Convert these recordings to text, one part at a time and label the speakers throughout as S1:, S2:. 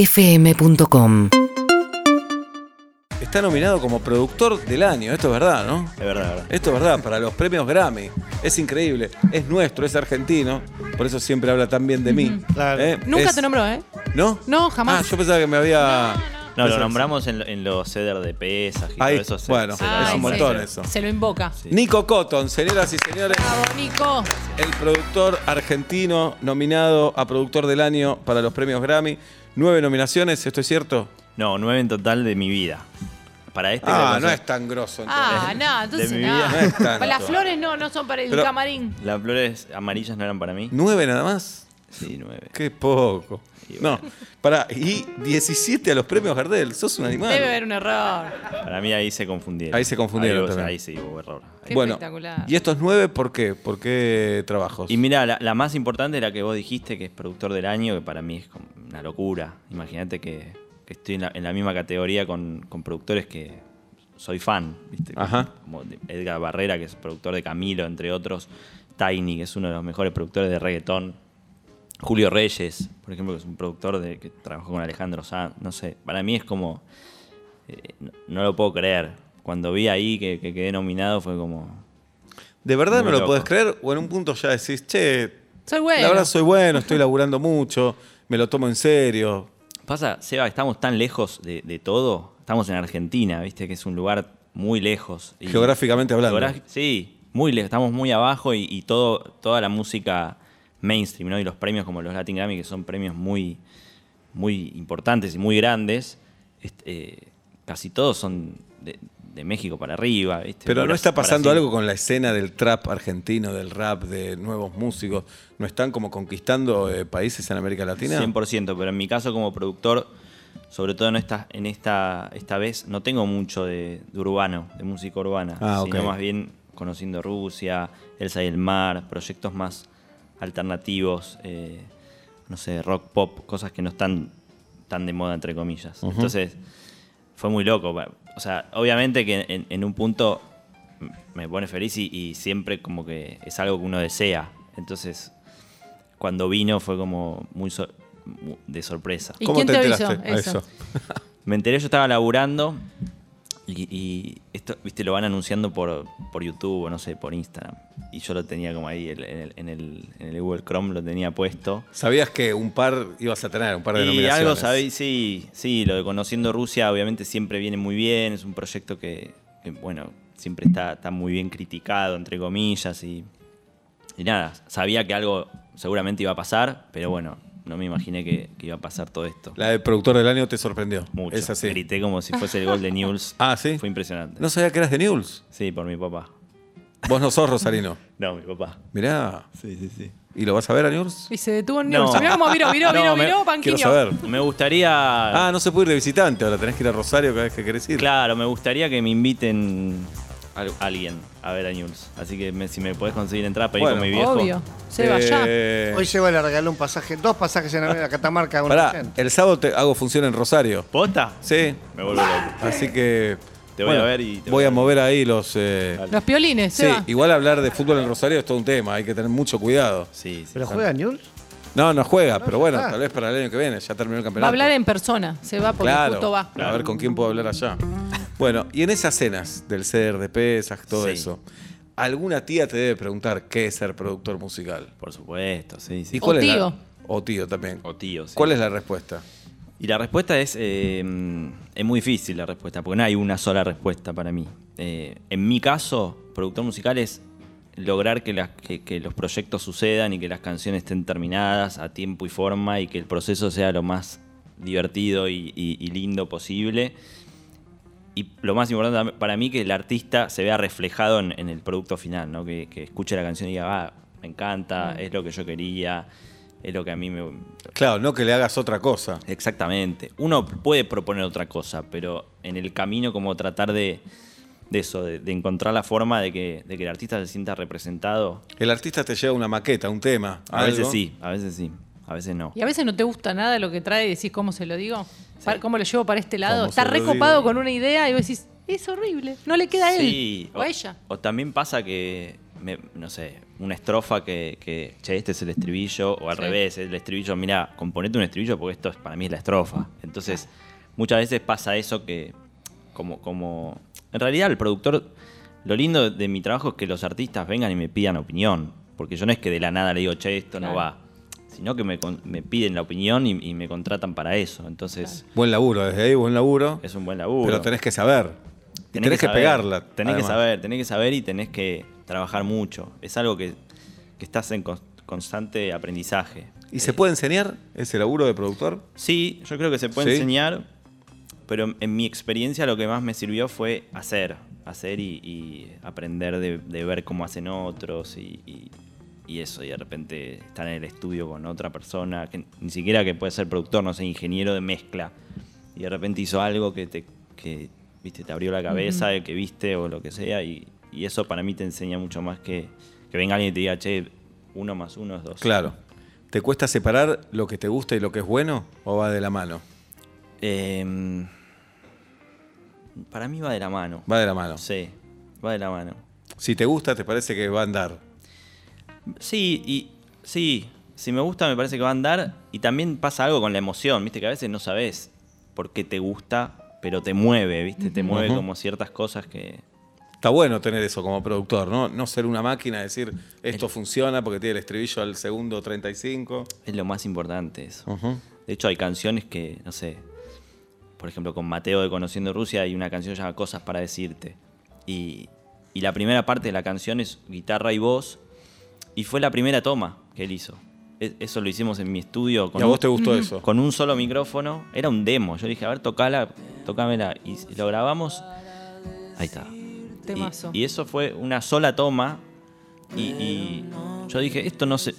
S1: UrbanaPlayFM.com
S2: Está nominado como productor del año, esto es verdad, ¿no?
S3: Es verdad, es verdad.
S2: Esto es verdad, para los premios Grammy. Es increíble. Es nuestro, es argentino. Por eso siempre habla tan bien de mí.
S3: Claro.
S4: Nunca
S2: Es-
S4: te nombró, ¿eh?
S2: ¿No?
S4: No, jamás.
S2: Ah, yo pensaba que me había.
S3: No, lo nombramos en, en los ceder de pesas y
S2: Ahí,
S3: todo eso. se-
S2: bueno,
S3: se
S2: es
S3: lo
S2: un
S4: sí.
S3: nombra.
S2: montón eso.
S4: Se lo invoca.
S2: Nico Cotton, señoras y señores,
S4: Bravo, Nico.
S2: el productor argentino nominado a productor del año para los premios Grammy. Nueve nominaciones, ¿esto es cierto?
S3: No, nueve en total de mi vida. Para este.
S2: Ah,
S3: que
S2: no
S3: conoce-
S2: es tan grosso. entonces.
S4: Ah, nada, entonces
S3: de mi
S4: nada.
S2: vida. No es tanto.
S4: Para las flores no, no son para el
S2: Pero-
S4: camarín.
S3: Las flores amarillas no eran para mí.
S2: ¿Nueve nada más?
S3: Sí, nueve.
S2: Qué poco. No, pará, y 17 a los premios Gardel, sos un animal.
S4: Debe haber un error.
S3: Para mí ahí se confundieron.
S2: Ahí se confundieron
S3: Ahí, vos-
S2: también.
S3: ahí sí hubo error. Ahí.
S4: Qué
S2: bueno,
S4: espectacular.
S2: ¿y estos nueve por qué? ¿Por qué trabajos?
S3: Y mira, la, la más importante es la que vos dijiste, que es productor del año, que para mí es como una locura. Imagínate que, que estoy en la, en la misma categoría con, con productores que soy fan, ¿viste?
S2: Ajá.
S3: Como de Edgar Barrera, que es productor de Camilo, entre otros. Tiny, que es uno de los mejores productores de reggaetón. Julio Reyes, por ejemplo, que es un productor de, que trabajó con Alejandro Sanz. No sé, para mí es como... eh, no, no lo puedo creer. Cuando vi ahí que, que quedé nominado fue como...
S2: ¿De verdad
S3: Muy
S2: no lo
S3: loco.
S2: podés creer? ¿O en un punto ya decís, che,
S4: Soy bueno.
S2: la verdad soy bueno, estoy laburando mucho, me lo tomo en serio?
S3: Pasa, Seba, estamos tan lejos de, de todo. Estamos en Argentina, viste, que es un lugar muy lejos. Y-
S2: Geográficamente hablando.
S3: Geograf- sí, muy lejos. Estamos muy abajo y, y todo, toda la música mainstream, ¿no? Y los premios como los Latin Grammy, que son premios muy, muy importantes y muy grandes, este, eh, casi todos son de, de México para arriba, ¿viste?
S2: Pero no
S3: Bras-
S2: está pasando
S3: Brasil.
S2: algo con la escena del trap argentino, del rap, de nuevos músicos. ¿No están como conquistando eh, países en América Latina?
S3: 100%, pero en mi caso como productor, sobre todo en esta, en esta, esta vez, no tengo mucho de, de urbano, de música urbana,
S2: Ah,
S3: sino
S2: ok.
S3: más bien conociendo Rusia, Elsa y el Mar, proyectos más alternativos, eh, no sé, rock pop, cosas que no están tan de moda, entre comillas. Entonces, fue muy loco. pa- O sea, obviamente que en, en un punto m- me pone feliz y, y siempre como que es algo que uno desea. Entonces, cuando vino fue como muy sor- mu- de sorpresa.
S4: ¿Y quién te, avisó? Eso.
S3: Me enteré, yo estaba laburando y, y esto, viste, lo van anunciando por, por YouTube o no sé, por Instagram. Y yo lo tenía como ahí el- en el, en el- en el Google Chrome, lo tenía puesto.
S2: Sabías que un par ibas a tener, un par de
S3: Y
S2: nominaciones.
S3: algo sabéis, sí, sí, lo de Conociendo Rusia obviamente siempre viene muy bien, es un proyecto que, que, bueno, siempre está, está muy bien criticado, entre comillas, y, y nada, sabía que algo seguramente iba a pasar, pero bueno, no me imaginé que, que iba a pasar todo esto.
S2: La del productor del año te sorprendió.
S3: Mucho.
S2: Es así.
S3: Grité como si fuese el gol de News.
S2: Ah, ¿sí?
S3: Fue impresionante.
S2: No sabía que eras de News.
S3: Sí, por mi papá.
S2: Vos no sos rosarino.
S3: No, mi papá.
S2: Mirá.
S3: Sí, sí, sí.
S2: ¿Y lo vas a ver a News?
S4: Y se detuvo en
S3: No.
S4: News. Mirá cómo viró, viró,
S3: Ah, No,
S4: viró,
S3: me-
S4: viró, Panquinho.
S2: Quiero saber.
S3: Me gustaría.
S2: Ah, no se puede ir de visitante, ahora tenés que ir a Rosario cada vez que querés ir.
S3: Claro, me gustaría que me inviten al- alguien a ver a News. Así que me- si me podés conseguir entrar para ir
S2: Bueno.
S3: con mi viejo.
S4: Obvio. Se va ya.
S2: Eh,
S5: Hoy Seba le regaló un pasaje, dos pasajes en la Catamarca a un
S2: pará,
S5: oyente.
S2: el sábado te hago función en Rosario.
S3: ¿Posta?
S2: Sí.
S3: Me vuelvo loco.
S2: Así que.
S3: Te voy a ver y te
S2: voy
S3: voy
S2: a
S3: a ver.
S2: mover ahí los. eh,
S4: Los piolines,
S2: sí,
S4: se va.
S2: igual hablar de fútbol en Rosario es todo un tema, hay que tener mucho cuidado.
S3: Sí, sí.
S5: ¿Pero juega Newell's?
S2: No, no juega, pero bueno,
S5: está.
S2: tal vez para el año que viene, ya terminó el campeonato.
S4: Va a hablar en persona. Se va porque
S2: claro,
S4: justo va.
S2: A ver con quién puedo hablar allá. Bueno, y en esas cenas del ser de pesas, todo
S3: Sí.
S2: eso, alguna tía te debe preguntar qué es ser productor musical.
S3: Por supuesto, sí, sí.
S2: ¿Y cuál
S4: O
S2: es la-
S4: tío.
S2: o tío también.
S3: O tío, sí.
S2: ¿Cuál es la respuesta?
S3: Y la respuesta es. eh, es muy difícil la respuesta, porque no hay una sola respuesta para mí. Eh, en mi caso, productor musical es lograr que, las- que- que los proyectos sucedan y que las canciones estén terminadas a tiempo y forma y que el proceso sea lo más divertido y- y- y lindo posible. Y lo más importante para mí que el artista se vea reflejado en, en el producto final, ¿no? Que, que escuche la canción y diga, ah, me encanta, es lo que yo quería, es lo que a mí me,
S2: Claro, no que le hagas otra cosa.
S3: Exactamente. Uno puede proponer otra cosa, pero en el camino como tratar de, de eso, de, de encontrar la forma de que, de que el artista se sienta representado.
S2: El artista te lleva una maqueta, un tema.
S3: A
S2: algo.
S3: veces sí, a veces sí, a veces no.
S4: Y a veces no te gusta nada lo que trae y decís, ¿cómo se lo digo? Pa- ¿Cómo lo llevo para este lado?
S2: ¿Cómo
S4: Está
S2: se lo
S4: recopado
S2: digo?
S4: con una idea y vos decís, es horrible. No le queda a él
S3: Sí,
S4: o a ella.
S3: O también pasa que, me- no sé, una estrofa que, que, che, este es el estribillo, o al
S4: Sí.
S3: revés, el estribillo, mira, componete un estribillo porque esto es, para mí es la estrofa. Entonces, muchas veces pasa eso que, como, como, en realidad el productor, lo lindo de mi trabajo es que los artistas vengan y me pidan opinión, porque yo no es que de la nada le digo, che, esto no
S4: Claro.
S3: va, sino que me, con- me piden la opinión y, y me contratan para eso. Entonces,
S2: Buen laburo, desde ahí buen laburo.
S3: es un buen laburo.
S2: Pero tenés que saber. Y tenés, que,
S3: saber,
S2: pegarla.
S3: Tenés
S2: además.
S3: que saber, tenés que saber y tenés que trabajar mucho. Es algo que, que estás en cons- constante aprendizaje.
S2: ¿Y se puede enseñar ese laburo de productor?
S3: Sí, yo creo que se puede
S2: Sí.
S3: enseñar, pero en mi experiencia lo que más me sirvió fue hacer, hacer y, y aprender de, de ver cómo hacen otros y, y- y eso, y de repente estar en el estudio con otra persona, que ni siquiera que puede ser productor, no sé, ingeniero de mezcla, y de repente hizo algo que te, que, viste, te abrió la cabeza, de que viste o lo que sea, y, y eso para mí te enseña mucho más que que venga alguien y te diga, che, uno más uno es dos.
S2: Claro. ¿Te cuesta separar lo que te gusta y lo que es bueno o va de la mano?
S3: Em, para mí va de la mano.
S2: Va de la mano.
S3: Sí, va de la mano.
S2: Si te gusta, te parece que va a andar.
S3: Sí, y sí, si me gusta me parece que va a andar y también pasa algo con la emoción, viste que a veces no sabes por qué te gusta, pero te mueve, viste, te mueve
S2: Ujú.
S3: como ciertas cosas que...
S2: Está bueno tener eso como productor, ¿no? No ser una máquina, decir esto funciona porque tiene el estribillo al segundo 35.
S3: Es lo más importante eso.
S2: Ujú.
S3: De hecho, hay canciones que, no sé, por ejemplo, con Mateo de Conociendo Rusia hay una canción llamada Cosas para Decirte. Y, y la primera parte de la canción es guitarra y voz. Y fue la primera toma que él hizo. E- Eso lo hicimos en mi estudio.
S2: ¿Y a
S3: un-
S2: vos te gustó eso?
S3: con un solo micrófono. Era un demo. Yo dije, a ver, tocala, tocámela. Y s- lo grabamos. Ahí está. Y-
S4: Temazo.
S3: Y, eso fue una sola toma. Y, y yo dije, esto no se.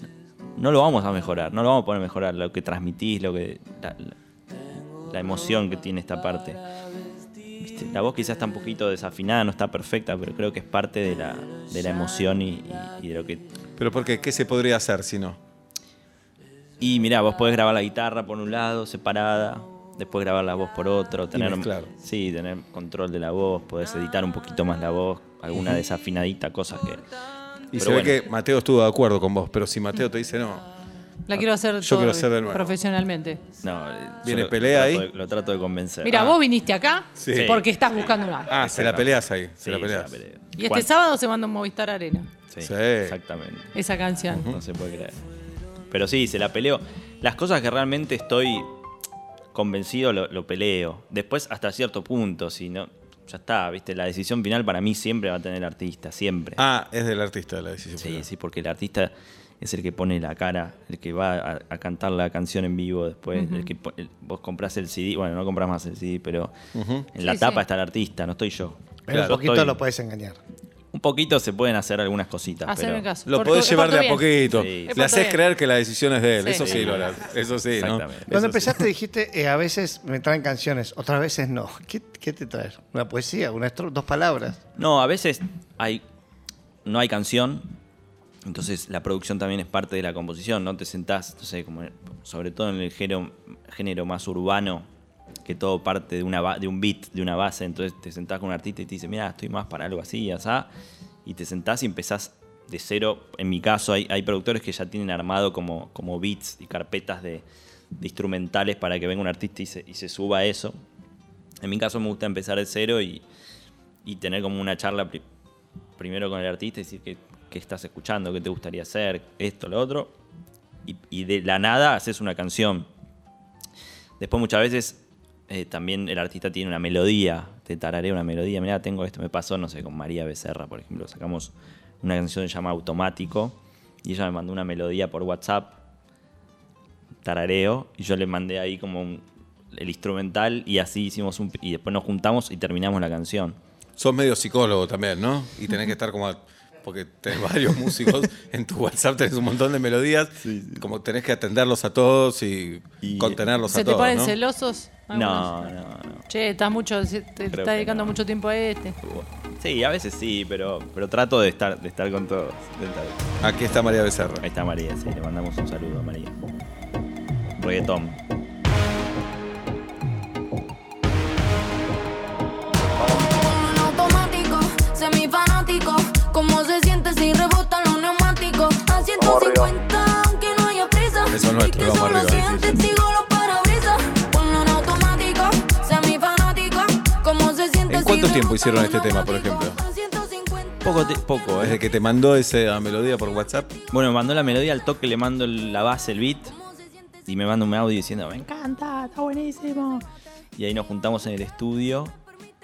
S3: No lo vamos a mejorar, no lo vamos a poder mejorar. Lo que transmitís, lo que. La, la- la emoción que tiene esta parte. Viste, La voz quizás está un poquito desafinada, no está perfecta, pero creo que es parte de la, de la emoción y- y- y de lo que
S2: Pero porque, ¿qué se podría hacer si no?
S3: y mirá, vos
S4: Ah.
S3: podés grabar la guitarra por un lado, separada, después grabar la voz por otro, tener,
S2: mezclar.
S3: sí, tener control de la voz, podés editar un poquito más la voz, alguna desafinadita, cosas que...
S2: Y
S3: Pero
S2: se
S3: bueno. Ah,
S2: ve que Mateo estuvo de acuerdo con vos, pero si Mateo te dice no,
S4: La quiero hacer
S2: Yo
S4: todo
S2: quiero hacer de nuevo.
S4: profesionalmente.
S3: No, eh, yo
S2: ¿Viene
S3: lo-
S2: pelea
S3: trato
S2: ahí?
S3: de- lo trato de convencer.
S4: Mira,
S3: Ah,
S4: vos viniste acá
S2: Sí.
S4: porque estás buscando una.
S2: ah, se la peleas ahí,
S3: sí,
S2: se la peleas.
S3: peleo.
S4: y este
S3: Juan-
S4: sábado se manda un Movistar Arena.
S3: Sí,
S2: Sí.
S3: exactamente.
S4: Esa canción.
S3: No se puede creer. Pero sí, se la peleo. Las cosas que realmente estoy convencido lo, lo peleo. Después hasta cierto punto, si no... Ya está, viste, la decisión final para mí siempre va a tener el artista, siempre.
S2: Ah, es del artista la decisión.
S3: Sí,
S2: final.
S3: sí, porque el artista es el que pone la cara, el que va a, a cantar la canción en vivo después, el que po- el- vos compras el CD, bueno, no compras más el CD, pero en la
S4: Sí,
S3: tapa
S4: sí.
S3: está el artista, no estoy yo.
S5: Pero
S3: Yo
S5: un poquito
S3: estoy-
S5: lo podés engañar.
S3: Un poquito se pueden hacer algunas cositas,
S4: Hacerme
S3: pero
S4: caso.
S2: Lo
S4: Por
S2: podés
S4: tu-
S2: llevar
S4: por tu
S2: de a
S4: bien.
S2: poquito.
S3: Sí.
S4: Es
S2: Le
S4: por tu
S2: haces
S4: bien.
S2: creer que la decisión es de él.
S4: Sí.
S2: Eso sí,
S4: Sí.
S2: lo harás. Eso sí, ¿no?
S3: Exactamente.
S2: Eso sí.
S5: Cuando empezaste dijiste, eh, a veces me traen canciones, otras veces no. ¿Qué, qué te traes? ¿Una poesía? Una estro- ¿Dos palabras?
S3: No, a veces hay no hay canción, entonces la producción también es parte de la composición, no te sentás, no sé, como en- sobre todo en el género, género más urbano, que todo parte de, una, ba- de un beat, de una base, entonces te sentás con un artista y te dice, mira, estoy más para algo así, asá, y te sentás y empezás de cero. En mi caso hay, hay productores que ya tienen armado como, como beats y carpetas de, de instrumentales para que venga un artista y se, y se suba a eso. En mi caso me gusta empezar de cero y, y tener como una charla pri- primero con el artista y decir qué, qué estás escuchando, qué te gustaría hacer, esto, lo otro. Y, y de la nada haces una canción. Después muchas veces eh, también el artista tiene una melodía, te tararea una melodía. Mirá, tengo esto, me pasó, no sé, con María Becerra, por ejemplo. Sacamos una canción que se llama Automático y ella me mandó una melodía por WhatsApp, tarareo, y yo le mandé ahí como un- el instrumental y así hicimos un... Y después nos juntamos y terminamos la canción.
S2: Sos medio psicólogo también, ¿no? Y tenés que estar como. a- porque tenés varios músicos en tu WhatsApp, tenés un montón de melodías. Como tenés que atenderlos a todos y,
S3: Y-
S2: contenerlos a
S4: ¿Se te
S2: todos.
S4: ponen
S2: ¿no?
S4: celosos?
S3: No,
S4: algunos?
S3: no, no.
S4: Che, estás mucho, se- te
S3: Creo
S4: estás
S3: que
S4: dedicando
S3: no.
S4: mucho tiempo a este.
S3: Sí, a veces sí, pero, pero trato de estar, de estar con todos. de estar-
S2: Aquí está María Becerra.
S3: Ahí está María, sí, le mandamos un saludo a María. Reggaetón.
S1: automático, semifanático. ¿Cómo se siente si rebote?
S2: son nuestros, vamos arriba.
S1: ¿En cuánto tiempo hicieron este tema, por ejemplo?
S3: Poco, te- poco,
S2: Desde
S3: ¿eh?
S2: que te mandó esa melodía por WhatsApp.
S3: Bueno, me mandó la melodía al toque, le mando el- la base, el beat. Y me manda un audio diciendo, me encanta, está buenísimo. Y ahí nos juntamos en el estudio.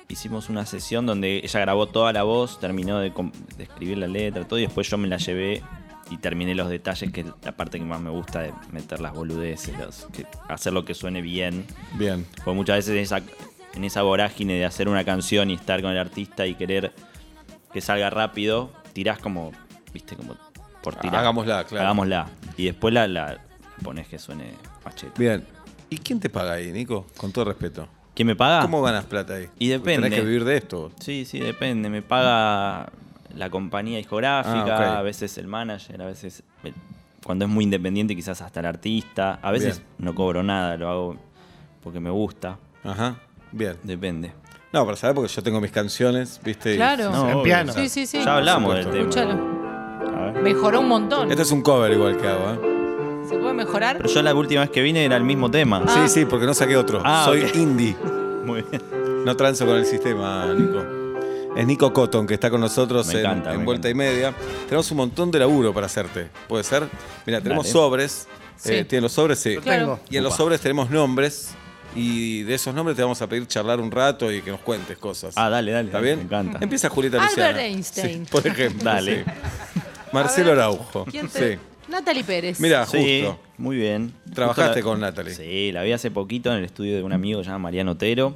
S3: Hicimos una sesión donde ella grabó toda la voz, terminó de, com- de escribir la letra, todo. Y después yo me la llevé y terminé los detalles, que es la parte que más me gusta de meter las boludeces, los- que- hacer lo que suene bien.
S2: Bien.
S3: Porque Pues muchas veces en esa, en esa vorágine de hacer una canción y estar con el artista y querer que salga rápido, tirás como, viste, como por tirar.
S2: Hagámosla, claro.
S3: Hagámosla. Y después la, la pones que suene machete.
S2: Bien. ¿Y quién te paga ahí, Nico? Con todo respeto.
S3: ¿Quién me paga?
S2: ¿Cómo ganas plata ahí?
S3: Ah. Y
S2: Porque
S3: depende.
S2: Tenés que vivir de esto.
S3: Sí, sí, depende. Me paga la compañía discográfica,
S2: Ah, ok.
S3: a veces el manager, a veces... el- cuando es muy independiente quizás hasta el artista. A veces
S2: Bien.
S3: no cobro nada, lo hago porque me gusta.
S2: Ajá. Bien.
S3: Depende.
S2: No, para saber, porque yo tengo mis canciones, ¿viste? Y-
S4: Claro.
S3: No,
S5: en
S3: obvio.
S5: piano.
S4: Sí, sí, sí.
S3: Ya hablamos del
S2: Por
S3: tema.
S2: supuesto.
S4: Escúchalo.
S3: A ver.
S4: Mejoró un montón.
S2: Este es un cover igual que hago, ¿eh?
S4: ¿Se puede mejorar?
S3: Pero yo la última vez que vine era el mismo tema.
S2: Sí, sí, porque no saqué otro.
S3: Ah,
S2: Soy
S3: ok.
S2: indie.
S3: Ah. Muy bien.
S2: No transo con el sistema, Nico. Es Nico Cotton, que está con nosotros
S3: Me
S2: en,
S3: encanta,
S2: en
S3: me
S2: Vuelta y Media. Tenemos un montón de laburo para hacerte. ¿Puede ser? Mira, tenemos
S3: Dale.
S2: sobres.
S4: Sí.
S2: Eh, ¿Tienen los sobres? Sí.
S5: Yo
S4: Claro.
S5: tengo.
S2: Y en los
S3: Upa.
S2: sobres tenemos nombres. Y de esos nombres te vamos a pedir charlar un rato y que nos cuentes cosas.
S3: Ah, dale, dale.
S2: ¿Está
S3: dale,
S2: bien?
S3: Me encanta.
S2: Empieza Julieta
S4: Albert
S2: Luciana.
S4: Einstein.
S2: Sí, por ejemplo.
S3: Dale.
S2: sí. Marcelo
S4: A ver,
S2: Araujo.
S4: ¿Quién te-
S2: Sí.
S4: Natalie Pérez.
S2: Mira,
S3: Sí,
S2: Ah, justo.
S3: muy bien.
S2: Trabajaste
S3: Justo
S2: con Natalie.
S3: Sí, la vi hace poquito en el estudio de un amigo llamado Mariano Otero,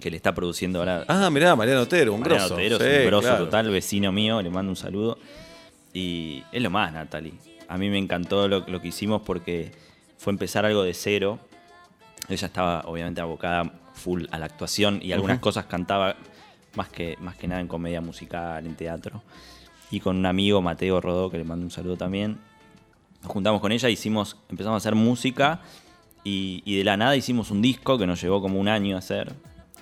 S3: que le está produciendo ahora.
S2: Ah, mirá, Mariano Otero, un
S3: Mariano
S2: grosso.
S3: Otero
S2: Sí,
S3: es un grosso
S2: claro.
S3: total, vecino mío, le mando un saludo. Y es lo más, Natalie. A mí me encantó lo, lo que hicimos porque fue empezar algo de cero. Ella estaba obviamente abocada full a la actuación y algunas cosas cantaba más que, más que nada en comedia musical, en teatro. Y con un amigo, Mateo Rodó, que le mando un saludo también. Nos juntamos con ella, hicimos, empezamos a hacer música y, y de la nada hicimos un disco que nos llevó como un año a hacer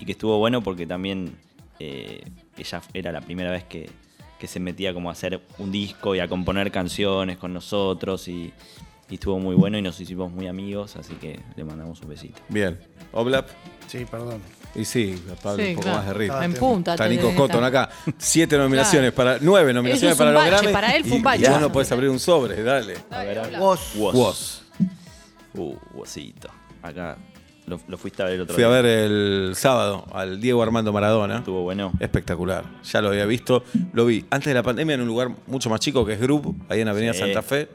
S3: y que estuvo bueno porque también eh, ella era la primera vez que, que se metía como a hacer un disco y a componer canciones con nosotros y, y estuvo muy bueno y nos hicimos muy amigos, así que le mandamos un besito.
S2: Bien. Oblap.
S5: Sí, perdón.
S2: Y sí, Pablo,
S4: Sí,
S2: un poco
S4: claro.
S2: más de ritmo.
S4: En punta.
S2: Está
S4: te-
S2: Nico Cotton acá. Siete nominaciones para. Nueve nominaciones
S4: es
S2: para
S4: un
S2: los
S4: bache,
S2: Grammy.
S4: para él fue
S2: y-
S4: un bache.
S2: Y vos no podés abrir un sobre, dale.
S3: A ver, a ver.
S5: Vos.
S3: Wos.
S2: Vos.
S3: Uh, Wosito. Acá lo, lo fuiste a ver el otro
S2: Fui a
S3: día.
S2: ver el sábado al Diego Armando Maradona.
S3: Estuvo bueno.
S2: Espectacular. Ya lo había visto. Lo vi antes de la pandemia en un lugar mucho más chico que es Group, ahí en Avenida
S3: Sí.
S2: Santa Fe.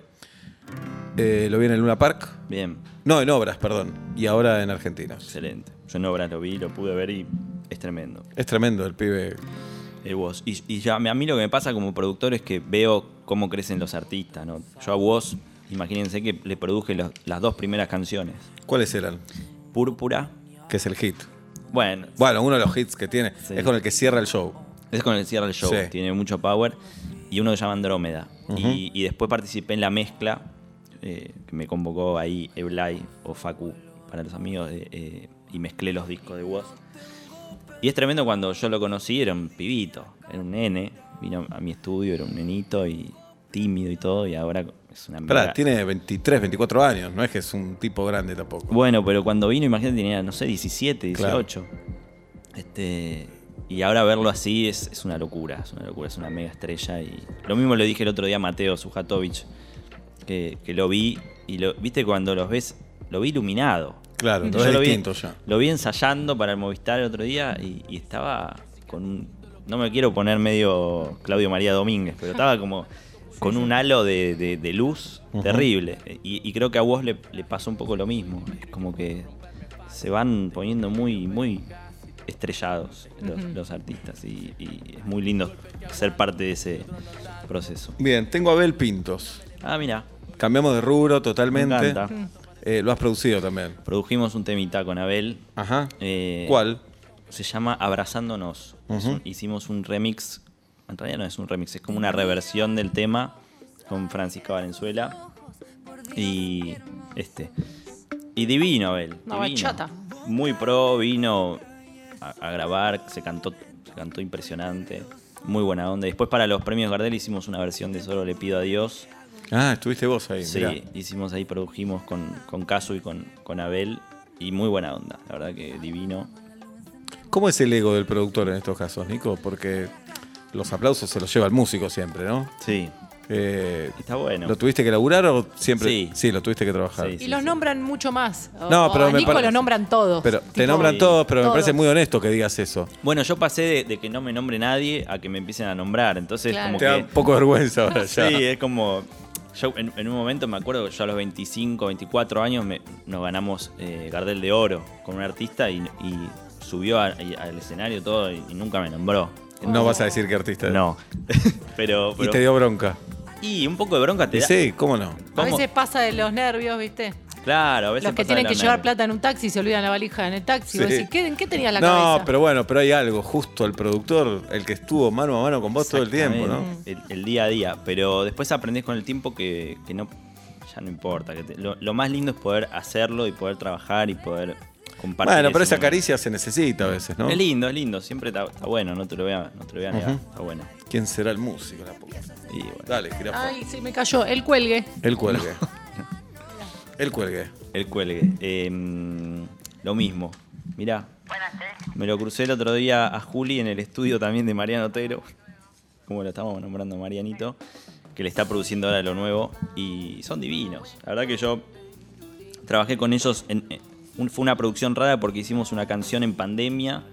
S2: Eh, lo vi en el Luna Park.
S3: Bien,
S2: No, en Obras, perdón. Y ahora en Argentina.
S3: excelente. Yo en obras lo vi, lo pude ver y es tremendo.
S2: Es tremendo el pibe.
S3: El Woz. Y, y ya, a mí lo que me pasa como productor es que veo cómo crecen los artistas. ¿no? Yo a Woz, imagínense que le produje los- las dos primeras canciones.
S2: ¿Cuáles eran?
S3: Púrpura.
S2: Que es el hit.
S3: Bueno,
S2: Bueno, uno de los hits que tiene.
S3: Sí.
S2: Es con el que cierra el show.
S3: es con el cierre del show.
S2: Sí.
S3: Tiene mucho power. Y uno que se llama Andrómeda. y, y después participé en la mezcla eh, que me convocó ahí Eblay o Facu para los amigos. de- eh, y mezclé los discos de Woz. Y es tremendo cuando yo lo conocí, era un pibito, era un nene, vino a mi estudio, era un nenito y tímido y todo, y ahora es una
S2: Pará,
S3: mega-
S2: tiene 23, 24 años, no es que es un tipo grande tampoco.
S3: Bueno, pero cuando vino, imagínate, tenía, no sé, 17,
S2: Claro.
S3: 18. Este, y ahora verlo así es, es una locura, es una locura, es una mega estrella. Y lo mismo le dije el otro día a Mateo Sujatovich, que, que lo vi, y lo, viste cuando los ves, lo vi iluminado.
S2: Claro,
S3: Yo
S2: no es
S3: lo vi-
S2: distinto ya.
S3: Lo vi ensayando para el Movistar el otro día y, y estaba con un. No me quiero poner medio Claudio María Domínguez, pero estaba como con un halo de, de- de luz terrible. Y, y creo que a vos le, le pasó un poco lo mismo. Es como que se van poniendo muy, muy estrellados los, los artistas. Y, y es muy lindo ser parte de ese proceso.
S2: Bien, tengo a Abel Pintos.
S3: Ah, mira,
S2: Cambiamos de rubro totalmente.
S3: Me encanta.
S2: Eh, lo has producido también.
S3: produjimos un temita con Abel.
S2: Ajá.
S3: Eh,
S2: ¿Cuál?
S3: Se llama Abrazándonos. Es un- Hicimos un remix. En realidad no es un remix, es como una reversión del tema con Francisca Valenzuela. Y este. Y divino, Abel.
S4: Una
S3: divino.
S4: bachata.
S3: Muy pro, vino a, a grabar, se cantó, se cantó impresionante. Muy buena onda. Y Después para los premios Gardel hicimos una versión de Solo le pido a Dios.
S2: Ah, estuviste vos ahí.
S3: Sí,
S2: mirá.
S3: hicimos ahí, produjimos con, con Casu y con, con Abel. Y muy buena onda, la verdad que divino.
S2: ¿Cómo es el ego del productor en estos casos, Nico? Porque los aplausos se los lleva el músico siempre, ¿no?
S3: Sí,
S2: Eh,
S3: está bueno.
S2: ¿Lo tuviste que laburar o siempre?
S3: Sí.
S2: lo tuviste que trabajar.
S3: Sí,
S4: Y los nombran mucho más. O-
S2: No,
S4: o
S2: pero
S4: a
S2: me
S4: Nico
S2: parece-
S4: lo nombran todos.
S2: Pero te
S4: Tipo,
S2: nombran todos, pero me parece
S4: todos.
S2: muy honesto que digas eso.
S3: Bueno, yo pasé de, de que no me nombre nadie a que me empiecen a nombrar. Entonces,
S4: Claro.
S3: como
S2: Te da un
S3: que.
S2: poco de vergüenza ahora ya.
S3: Sí, eh. es como. Yo en, en un momento me acuerdo que yo a los 25, 24 años me- nos ganamos eh, Gardel de Oro con un artista y, y subió a- y- al escenario todo y, y nunca me nombró.
S2: No vas a decir que artista.
S3: No. pero.
S2: Y
S3: pero-
S2: te dio bronca.
S3: y un poco de bronca te
S2: Y
S3: da.
S2: sí, ¿cómo no?
S4: A
S3: ¿Cómo?
S4: veces pasa de los nervios, ¿viste?
S3: Claro, a veces.
S4: Los que
S3: pasa de
S4: tienen
S3: la
S4: que llevar
S3: nada.
S4: plata en un taxi y se olvidan la valija en el taxi. Vos
S2: Sí.
S4: decís, ¿qué, ¿En qué tenías la
S2: no,
S4: cabeza?
S2: pero bueno, pero hay algo, justo el productor, el que estuvo mano a mano con vos todo el tiempo, ¿no?
S4: Mm.
S3: Exactamente, El, el día a día. Pero después aprendés con el tiempo que, que no. Ya no importa. que te- lo, lo más lindo es poder hacerlo y poder trabajar y poder compartir.
S2: Bueno, pero esa
S3: ese momento.
S2: caricia se necesita a veces, ¿no?
S3: Es lindo, es lindo. Siempre está, está bueno. No te lo voy a, no te lo voy a negar.
S2: Ujú.
S3: Está bueno.
S2: ¿Quién será el músico? La puta?
S3: Y bueno,
S2: Dale, jirafa.
S4: Ay, se me cayó. El cuelgue.
S2: El cuelgue. El cuelgue.
S3: el cuelgue. Eh, lo mismo. Mirá. Me lo crucé el otro día a Juli en el estudio también de Mariano Otero. Como lo estamos nombrando Marianito. Que le está produciendo ahora lo nuevo. Y son divinos. La verdad que yo trabajé con ellos. En, en- un- fue una producción rara porque hicimos una canción en pandemia.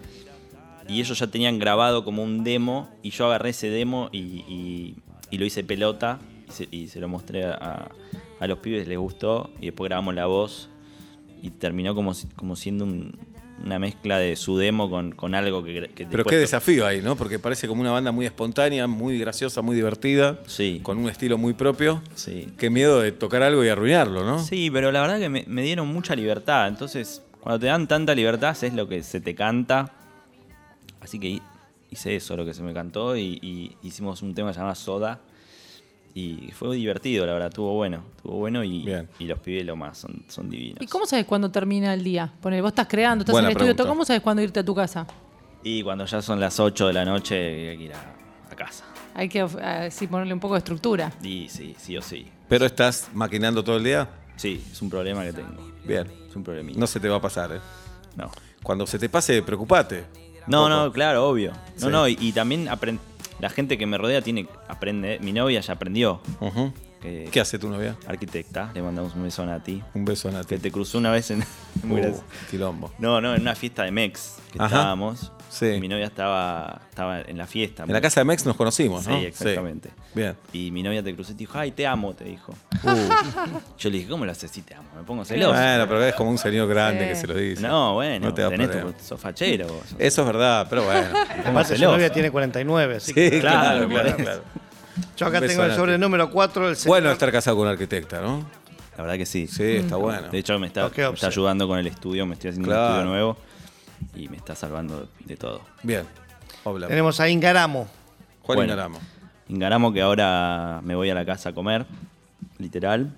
S3: Y ellos ya tenían grabado como un demo. Y yo agarré ese demo y, y- y lo hice pelota. Y se, y se lo mostré a, a los pibes, les gustó. Y después grabamos la voz. Y terminó como, si- como siendo un- una mezcla de su demo con, con algo que, que
S2: Pero
S3: después-
S2: qué desafío ahí, ¿no? Porque parece como una banda muy espontánea, muy graciosa, muy divertida,
S3: Sí.
S2: con un estilo muy propio.
S3: Sí.
S2: Qué miedo de tocar algo y arruinarlo, ¿no?
S3: Sí, pero la verdad que me, me dieron mucha libertad. Entonces, cuando te dan tanta libertad, haces lo que se te canta. Así que hi- hice eso, lo que se me cantó, y, y hicimos un tema que se llama Soda. Y fue divertido, la verdad, estuvo bueno. Estuvo bueno y,
S2: Bien.
S3: y los pibes lo más, son, son divinos.
S4: ¿Y cómo sabes cuándo termina el día? Ponele, vos estás creando, estás
S2: Buena
S4: en el estudio,
S2: pregunta.
S4: ¿cómo sabes cuándo irte a tu casa?
S3: Y cuando ya son las 8 de la noche, hay que ir a, a casa.
S4: Hay que eh, sí, ponerle un poco de estructura.
S3: Y sí, sí o sí.
S2: Pero estás maquinando todo el día.
S3: Sí, es un problema que tengo.
S2: Bien.
S3: Es un problemita.
S2: No se te va a pasar, ¿eh?
S3: no.
S2: Cuando se te pase, preocupate.
S3: No,
S2: Un
S3: no,
S2: poco.
S3: claro, obvio.
S2: Sí.
S3: No, no, y, y también apren- la gente que me rodea tiene aprende. Mi novia ya aprendió.
S2: Ujú.
S3: que-
S2: ¿Qué hace tu novia?
S3: Arquitecta, le mandamos un beso a Nati.
S2: Un beso a
S3: Que
S2: Nati.
S3: te cruzó una vez en. Muy
S2: Uh,
S3: gracioso.
S2: quilombo.
S3: No, no, en una fiesta de Mex que
S2: Ajá.
S3: estábamos.
S2: Sí.
S3: Y mi novia estaba, estaba en la fiesta.
S2: En la casa de Mex nos conocimos, ¿no?
S3: Sí, exactamente.
S2: Bien.
S3: Y mi novia te cruzó y te dijo, ay, te amo, te dijo. Uh, Yo le dije, ¿cómo lo haces si te amo? Me pongo celoso.
S2: Bueno, pero es como un señor grande
S4: Sí.
S2: que se lo dice.
S3: no, bueno,
S2: No te va a
S3: tenés
S2: perder.
S3: tu, sos fachero vos.
S2: Eso es verdad, pero bueno.
S5: Aparte, su
S3: celoso.
S5: novia tiene 49. Así
S2: Sí,
S5: que-
S2: claro,
S3: Claro,
S2: Eh, claro,
S3: claro.
S2: claro.
S5: Yo acá
S2: Un beso
S5: tengo el
S2: grande.
S5: sobrenúmero 4 del señor.
S2: Bueno estar casado con un arquitecta, ¿no?
S3: La verdad que sí.
S2: Sí, está bueno.
S3: Mm. De hecho, me está,
S5: Ok,
S3: me está
S5: observe.
S3: ayudando con el estudio, me estoy haciendo
S2: Claro.
S3: un estudio nuevo y me está salvando de todo.
S2: Bien. Hola.
S5: Tenemos a Ingaramo.
S2: Juan
S3: Bueno.
S2: Ignoramo.
S3: Ingaramo, que ahora me voy a la casa a comer, literal.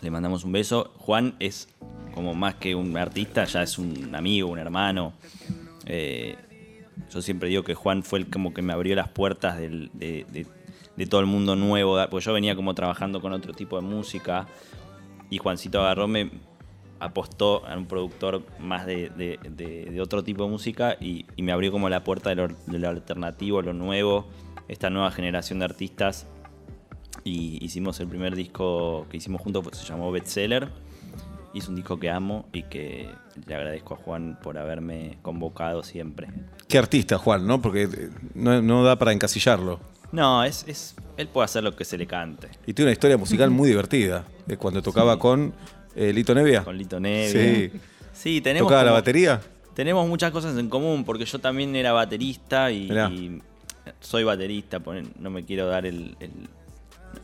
S3: Le mandamos un beso. Juan es como más que un artista, ya es un amigo, un hermano. Eh, yo siempre digo que Juan fue el como que me abrió las puertas del- de, de- de todo el mundo nuevo, porque yo venía como trabajando con otro tipo de música y Juancito agarró, me apostó a un productor más de, de- de- de otro tipo de música y, y me abrió como la puerta de lo, de lo alternativo, lo nuevo, esta nueva generación de artistas. Y hicimos el primer disco que hicimos juntos, pues, se llamó Bestseller. Hice un disco que amo y que le agradezco a Juan por haberme convocado siempre.
S2: Qué artista, Juan, ¿no? Porque eh, no, no da para encasillarlo.
S3: No, es, es. Él puede hacer lo que se le cante.
S2: Y tiene una historia musical muy divertida. De cuando tocaba con eh, Lito Nevia.
S3: Con Lito Neve.
S2: Sí.
S3: Sí, tenemos.
S2: ¿Tocaba la
S3: como-
S2: batería?
S3: Tenemos muchas cosas en común, porque yo también era baterista y,
S2: Mirá.
S3: y soy baterista, ponen- no me quiero dar el. el-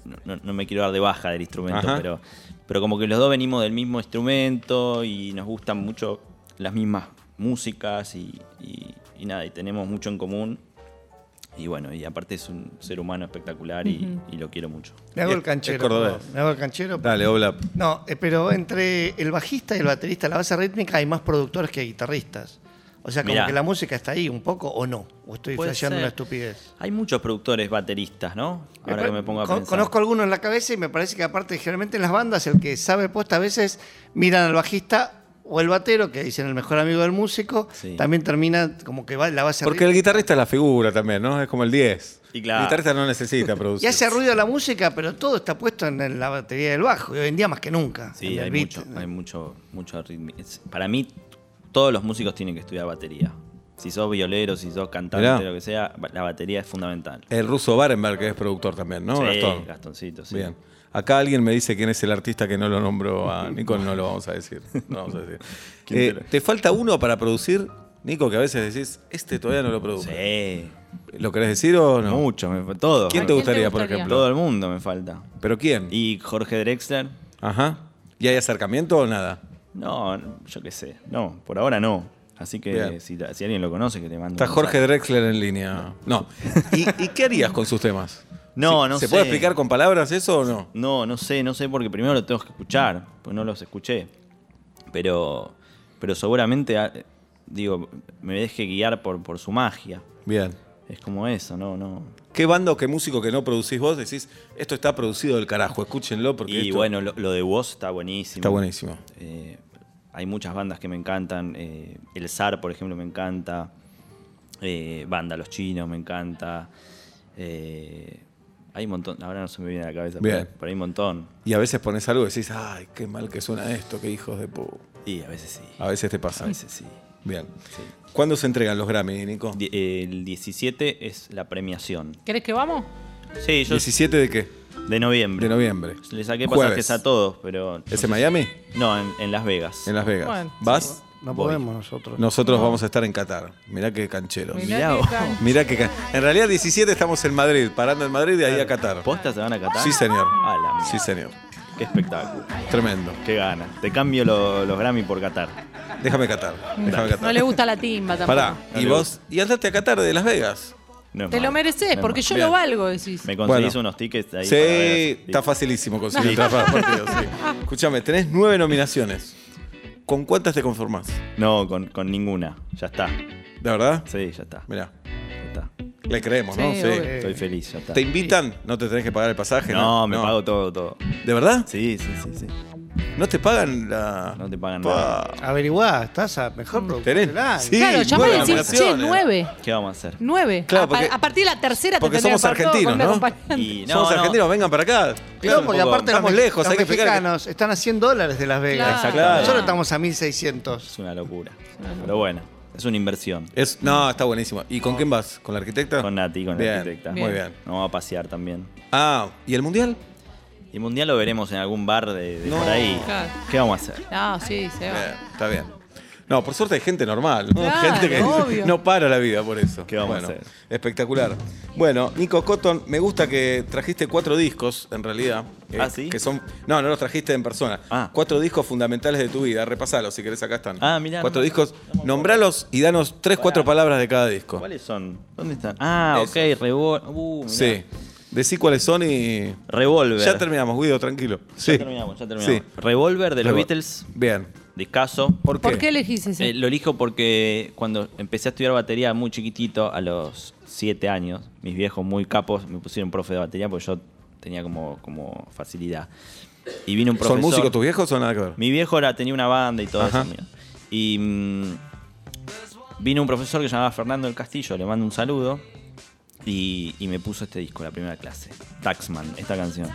S3: no, no- no me quiero dar de baja del instrumento,
S2: Ajá.
S3: pero, pero como que los dos venimos del mismo instrumento y nos gustan mucho las mismas músicas y, y- y nada, y tenemos mucho en común. Y bueno, y aparte es un ser humano espectacular y, y lo quiero mucho.
S5: Me hago
S2: Es-
S5: el
S2: es
S5: canchero.
S2: cordobés.
S5: perdón. Me hago el canchero.
S2: Dale, Obla.
S5: No, eh, pero entre el bajista y el baterista, la base rítmica, hay más productores que guitarristas. O sea, como
S3: Mirá.
S5: que la música está ahí un poco o no. O estoy
S3: Puede
S5: flasheando
S3: ser.
S5: una estupidez.
S3: Hay muchos productores bateristas, ¿no? Ahora que me pongo a
S5: Con-
S3: pensar.
S5: Conozco algunos en la cabeza y me parece que aparte generalmente en las bandas el que sabe posta a veces miran al bajista o el batero, que dicen el mejor amigo del músico,
S3: Sí.
S5: también termina como que va la base
S2: Porque el guitarrista es la figura también, ¿no? Es como el 10.
S3: Y claro.
S2: El guitarrista no necesita producir.
S5: Y hace ruido la música, pero todo está puesto en la batería del bajo, y hoy en día más que nunca. en
S3: Sí,
S5: el
S3: hay
S5: beat.
S2: eh.
S3: mucho, hay mucho, mucho ritmo. Es- Para mí, todos los músicos tienen que estudiar batería. Si sos violero, si sos cantante,
S2: Mirá.
S3: lo que sea, ba- la batería es fundamental.
S2: El ruso Barenberg, que es productor también, ¿no?
S3: Sí,
S2: Gastón.
S3: Gastoncito, sí.
S2: Bien. Acá alguien me dice quién es el artista que no lo nombró a Nico, no lo vamos a decir. No vamos a decir. Eh, ¿Te falta uno para producir, Nico, que a veces decís, este todavía no lo produce?
S3: Sí.
S2: ¿Lo querés decir o no?
S3: Muchos, me fa- todos.
S2: ¿Quién
S4: ¿A
S2: te
S4: quién
S2: gustaría,
S4: te
S2: por
S4: gustaría?
S2: ejemplo?
S3: Todo el mundo me falta.
S2: ¿Pero quién?
S3: ¿Y Jorge Drexler?
S2: Ajá. ¿Y hay acercamiento o nada?
S3: No, no, yo qué sé. No, por ahora no. Así que
S2: Bien.
S3: si, la- si alguien lo conoce, que le mande. un
S2: Está Jorge
S3: mensaje.
S2: Drexler en línea. No. ¿Y, y qué harías con sus temas?
S3: No,
S2: ¿Se-
S3: no
S2: ¿Se
S3: sé.
S2: puede explicar con palabras eso o no?
S3: No, no sé, no sé, porque primero lo tengo que escuchar, pues no los escuché. Pero, pero seguramente, ah, digo, me deje guiar por, por su magia.
S2: Bien.
S3: Es como eso, no, no.
S2: ¿Qué banda o qué músico que no producís vos decís, esto está producido del carajo, escúchenlo porque
S3: Y
S2: esto
S3: bueno, lo, lo de vos está buenísimo.
S2: está buenísimo?
S3: Eh, hay muchas bandas que me encantan. eh, el SAR, por ejemplo, me encanta. Eh, banda Los Chinos, me encanta. Eh, hay un montón, ahora no se me viene a la cabeza,
S2: Bien.
S3: pero, pero hay un montón.
S2: Y a veces pones algo y decís, ay, qué mal que suena esto, qué hijos de pu.
S3: Y a veces sí.
S2: A veces te pasa.
S3: A veces sí.
S2: Bien. ¿Cuándo se entregan los Grammy, Nico?
S3: Die- El 17 es la premiación.
S4: ¿Querés que vamos?
S3: Sí, yo.
S2: ¿17 de qué?
S3: De noviembre.
S2: De noviembre.
S3: Le saqué
S2: Jueves.
S3: pasajes a todos, pero.
S2: ¿Es en Miami?
S3: No, en, en Las Vegas.
S2: En Las Vegas.
S4: Bueno.
S2: ¿Vas?
S5: No
S3: Voy.
S5: podemos nosotros.
S2: Nosotros vamos a estar en Qatar. Mirá qué canchero.
S4: Mirá
S3: mirá
S4: qué
S3: vos.
S4: can-
S2: Mirá que. ca- En realidad, 17 estamos en Madrid, parando en Madrid y de ahí a Qatar.
S3: ¿Posta se van a catar?
S2: Sí, señor.
S3: A la mierda.
S2: Sí, señor.
S3: Qué espectáculo.
S2: Tremendo.
S3: Qué gana. Te cambio lo- los Grammy por Qatar.
S2: Déjame Qatar. Déjame Qatar.
S4: No le gusta la timba tampoco.
S2: Pará.
S3: No
S2: Y
S3: le
S2: vos. Y andate a Qatar de Las Vegas.
S3: No es
S4: Te
S3: malo.
S4: lo mereces,
S3: No es
S4: porque
S3: malo.
S4: yo
S2: Bien.
S4: lo valgo, decís.
S3: Me conseguís
S2: Bueno.
S3: unos tickets ahí.
S2: Sí,
S3: para ver.
S2: está facilísimo conseguir entrar para los partidos, sí. Escuchame, tenés nueve nominaciones. ¿Con cuántas te conformás?
S3: No, con, con ninguna. Ya está.
S2: ¿De verdad?
S3: Sí, ya está.
S2: Mirá,
S3: Ya está.
S2: le creemos, ¿no?
S4: Sí,
S2: Sí.
S4: obvio.
S3: Estoy feliz, ya está.
S2: Eh, ¿Te invitan? No te tenés que pagar el pasaje. No,
S3: No, me pago todo, todo.
S2: ¿De verdad?
S3: Sí, sí, sí, sí.
S2: ¿No te pagan la.?
S3: No te pagan
S2: Pa.
S3: nada.
S5: Averiguá, estás a mejor productor
S2: Mm. Tenés-
S5: del año.
S2: sí.
S4: Claro, llama
S2: nueve
S4: y decís, che,
S2: nominaciones.
S4: nueve.
S3: ¿Qué vamos a hacer?
S4: Nueve.
S2: Claro,
S4: a, pa-
S2: porque-
S4: a partir de la tercera te
S2: porque
S4: tendría
S2: somos
S4: que pagar todo
S2: argentinos,
S4: con un
S2: ¿no?
S4: acompañante.
S3: Y no,
S2: Somos
S3: no.
S2: argentinos, vengan para acá. Claro,
S5: no, porque
S3: tampoco-
S5: aparte
S2: estamos
S5: los me-
S2: lejos,
S5: los
S2: hay que explicar que-
S5: mexicanos están a 100 dólares de Las Vegas.
S4: Claro.
S2: Claro.
S5: Nosotros estamos a 1600.
S3: Es una locura. Pero bueno, es una inversión.
S2: Es, no, está buenísimo. ¿Y con quién vas? ¿Con la arquitecta?
S3: Con Nati, con la
S2: Bien,
S3: arquitecta.
S2: Muy
S4: Bien.
S2: bien.
S3: Nos vamos a pasear también.
S2: Ah, ¿y el mundial?
S3: Y mundial lo veremos en algún bar de, de
S2: No.
S3: por ahí.
S4: Claro.
S3: ¿Qué vamos a hacer?
S4: No, sí, se va.
S2: Bien, Eh, está bien. No, por suerte hay gente normal, ¿no?
S4: Claro,
S2: gente que
S4: obvio.
S2: no para la vida por eso.
S3: ¿Qué vamos a
S2: bueno,
S3: hacer?
S2: Espectacular. Bueno, Nico Cotton, me gusta que trajiste cuatro discos, en realidad. eh,
S3: ¿Ah, sí?
S2: Que son, no, no los trajiste en persona.
S3: Ah.
S2: Cuatro discos fundamentales de tu vida. Repasalos, si querés, acá están.
S3: Ah, mirá,
S2: Cuatro
S3: no-
S2: discos.
S3: no me acuerdo.
S2: Nombralos y danos tres, cuatro palabras de cada disco.
S3: ¿Cuáles son? ¿Dónde están? Ah,
S2: Eso.
S3: ok, Revol- uh, mirá.
S2: Sí. Decí cuáles son y...
S3: Revolver.
S2: Ya terminamos, Guido, tranquilo.
S3: Ya
S2: Sí.
S3: terminamos, ya terminamos.
S2: Sí.
S3: Revolver de los
S2: Revol-
S3: Beatles,
S2: Bien.
S3: discaso.
S2: ¿Por qué?
S4: ¿Por qué elegís ese?
S3: Eh, lo elijo porque cuando empecé a estudiar batería muy chiquitito, a los 7 años, mis viejos muy capos me pusieron profe de batería porque yo tenía como, como facilidad. Y vino un profesor.
S2: ¿Son músicos tus viejos o nada que ver?
S3: Mi viejo era, tenía una banda y todo
S2: Ajá.
S3: eso. mira. Y mm, vino un profesor que se llamaba Fernando del Castillo, le mando un saludo. Y, y me puso este disco, la primera clase. Taxman, esta canción.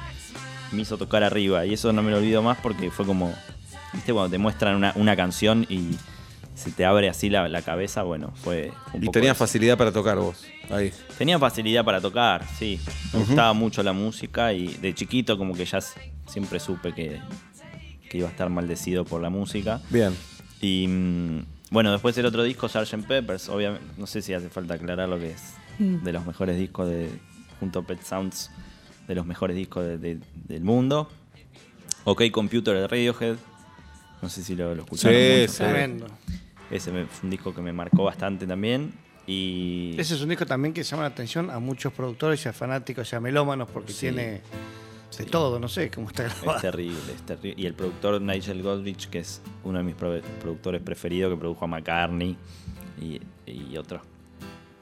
S3: Me hizo tocar arriba. Y eso no me lo olvido más porque fue como. ¿Viste? Cuando te muestran una, una canción y se te abre así la, la cabeza, bueno, fue un
S2: Y
S3: poco
S2: tenías
S3: eso.
S2: facilidad para tocar vos. Ahí.
S3: Tenía facilidad para tocar, sí. Me gustaba mucho la música y de chiquito como que ya s- siempre supe que, que iba a estar maldecido por la música.
S2: Bien.
S3: Y mm, bueno, después el otro disco, Sgt. Peppers, obviamente, no sé si hace falta aclarar lo que es de los mejores discos de junto a Pet Sounds, de los mejores discos de- de- del mundo. OK Computer de Radiohead, no sé si lo, lo escucharon.
S2: Sí,
S3: mucho.
S2: sí.
S5: Tremendo.
S3: Ese me- fue un disco que me marcó bastante también. Y
S5: Ese es un disco también que llama la atención a muchos productores, ya fanáticos, ya melómanos, porque
S3: Sí.
S5: tiene de todo, no sé cómo está
S3: Es
S5: grabado.
S3: terrible, es terrible. Y el productor Nigel Godrich, que es uno de mis pro- productores preferidos, que produjo a McCartney y, y otros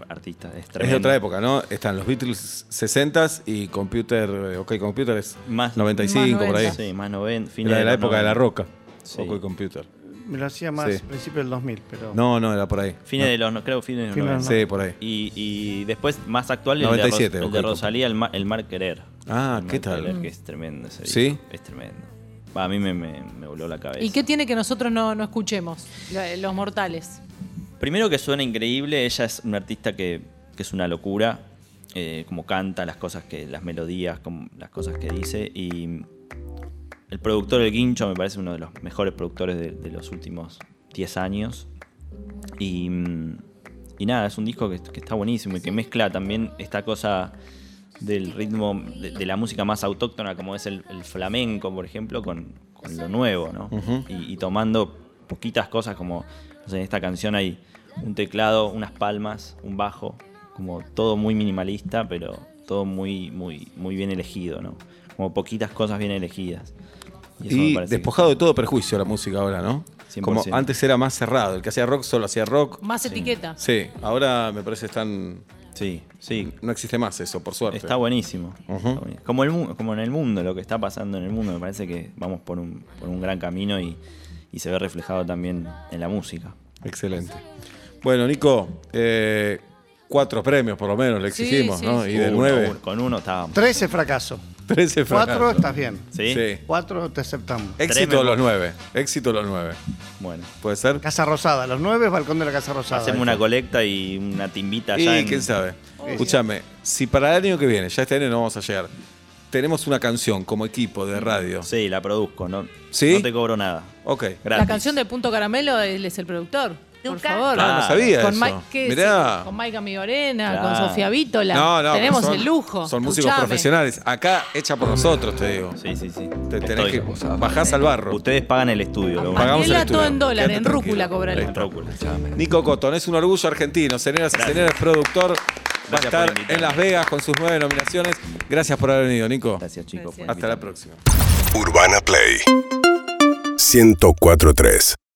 S3: artistas. Es,
S2: Es de
S3: tremendo.
S2: otra época, ¿no? Están los Beatles 60s y Computer, eh, OK Computer es
S3: Más-
S2: 95
S4: más
S2: por ahí.
S4: 90.
S3: Sí, más 90. fines
S2: Era de la
S3: los
S2: época de la
S3: 90.
S2: roca.
S3: Sí.
S2: OK Computer.
S5: Me lo hacía más
S2: Sí.
S5: principio del 2000, pero.
S2: No, no, era por ahí.
S3: Fines de los, no- creo, fines de los
S5: Fines de los
S3: 90.
S2: Sí, por ahí.
S3: Y, y después, más actual, el
S2: 97,
S3: de, Ros- el
S2: ok,
S3: de
S2: como-
S3: Rosalía, el, Ma- el Mar Querer.
S2: Ah,
S3: El Mar
S2: ¿qué tal?
S3: Querer, que es tremendo ese
S2: ¿Sí?
S3: disco, Es tremendo. Va, a mí me, me- me voló la cabeza.
S4: ¿Y qué tiene que nosotros no, no escuchemos? La- Los mortales.
S3: Primero que suena increíble, ella es una artista que, que es una locura, eh, como canta, las cosas que, las melodías, como las cosas que dice. Y el productor El Guincho me parece uno de los mejores productores de, de los últimos 10 años. Y, mm, y nada, es un disco que, que está buenísimo y que mezcla también esta cosa del ritmo de, de la música más autóctona, como es el, el flamenco, por ejemplo, con, con lo nuevo, ¿no? y, y tomando poquitas cosas como, no sé, en esta canción hay un teclado, unas palmas, un bajo, como todo muy minimalista, pero todo muy, muy, muy bien elegido, ¿no? Como poquitas cosas bien elegidas. eso me
S2: Y
S3: parece que-
S2: despojado de todo perjuicio la música ahora, ¿no? Como
S3: 100%.
S2: antes era más cerrado. El que hacía rock solo hacía rock.
S4: Más etiqueta.
S2: Sí, ahora me parece que están.
S3: Sí, sí.
S2: No existe más eso, por suerte.
S3: Está buenísimo.
S2: Ujú.
S3: Está buenísimo. Como, el, mu- como en el mundo, lo que está pasando en el mundo, me parece que vamos por un, por un gran camino y, y se ve reflejado también en la música.
S2: Excelente. Bueno, Nico, eh, cuatro premios por lo menos le
S4: Sí,
S2: exigimos,
S4: sí,
S2: ¿no?
S4: sí.
S2: Y de
S3: Uno,
S2: nueve,
S3: uno- con uno estábamos.
S5: 13 fracaso.
S2: trece
S5: 4
S2: fracasos.
S5: estás bien.
S3: ¿Sí?
S2: Sí. Eh.
S5: 4 te aceptamos.
S3: Tres me
S2: Éxito de los
S3: gusta.
S2: nueve. Éxito de los nueve.
S3: Bueno.
S2: ¿Puede ser?
S5: Casa Rosada, los 9 balcón de la Casa Rosada.
S3: Hacemos una colecta y una timbita
S2: Y
S3: allá. en-
S2: quién sabe. Escúchame, si para el año que viene, ya este año no vamos a llegar, tenemos una canción como equipo de radio.
S3: Sí, la produzco. No,
S2: ¿Sí?
S3: no te cobro nada.
S2: Ok. Ah,
S3: Gratis.
S4: La canción de Punto Caramelo, él es el productor. Por
S6: Luca.
S4: favor.
S2: Ah, no sabía
S4: con
S2: eso.
S4: Mike- ¿qué
S2: Mirá.
S4: es? Con Maika Migorena,
S3: Claro.
S4: con Sofía Vítola.
S2: No, no,
S4: Tenemos
S2: son-
S4: el lujo.
S2: Son músicos
S4: Escuchame.
S2: profesionales. Acá hecha por nosotros, te digo.
S3: Sí, sí, sí.
S2: Te tenés
S3: Estoy.
S2: que bajás al barro.
S3: Ustedes pagan el estudio. lo único.
S2: Pagamos el
S4: Daniela,
S2: estudio.
S4: todo en dólar,
S2: Quédate
S4: en
S2: tranquilo.
S4: rúcula cobrará.
S2: Ahí está.
S3: Trócula.
S2: Nico Cotton es un orgullo argentino, señoras y señores, productor. Va a
S3: Gracias por
S2: estar
S3: invitarme.
S2: en Las Vegas con sus nueve nominaciones. Gracias por haber venido, Nico.
S3: Gracias, chicos. por
S2: Hasta la
S3: invitarme.
S2: próxima.
S7: Urbana Play 1043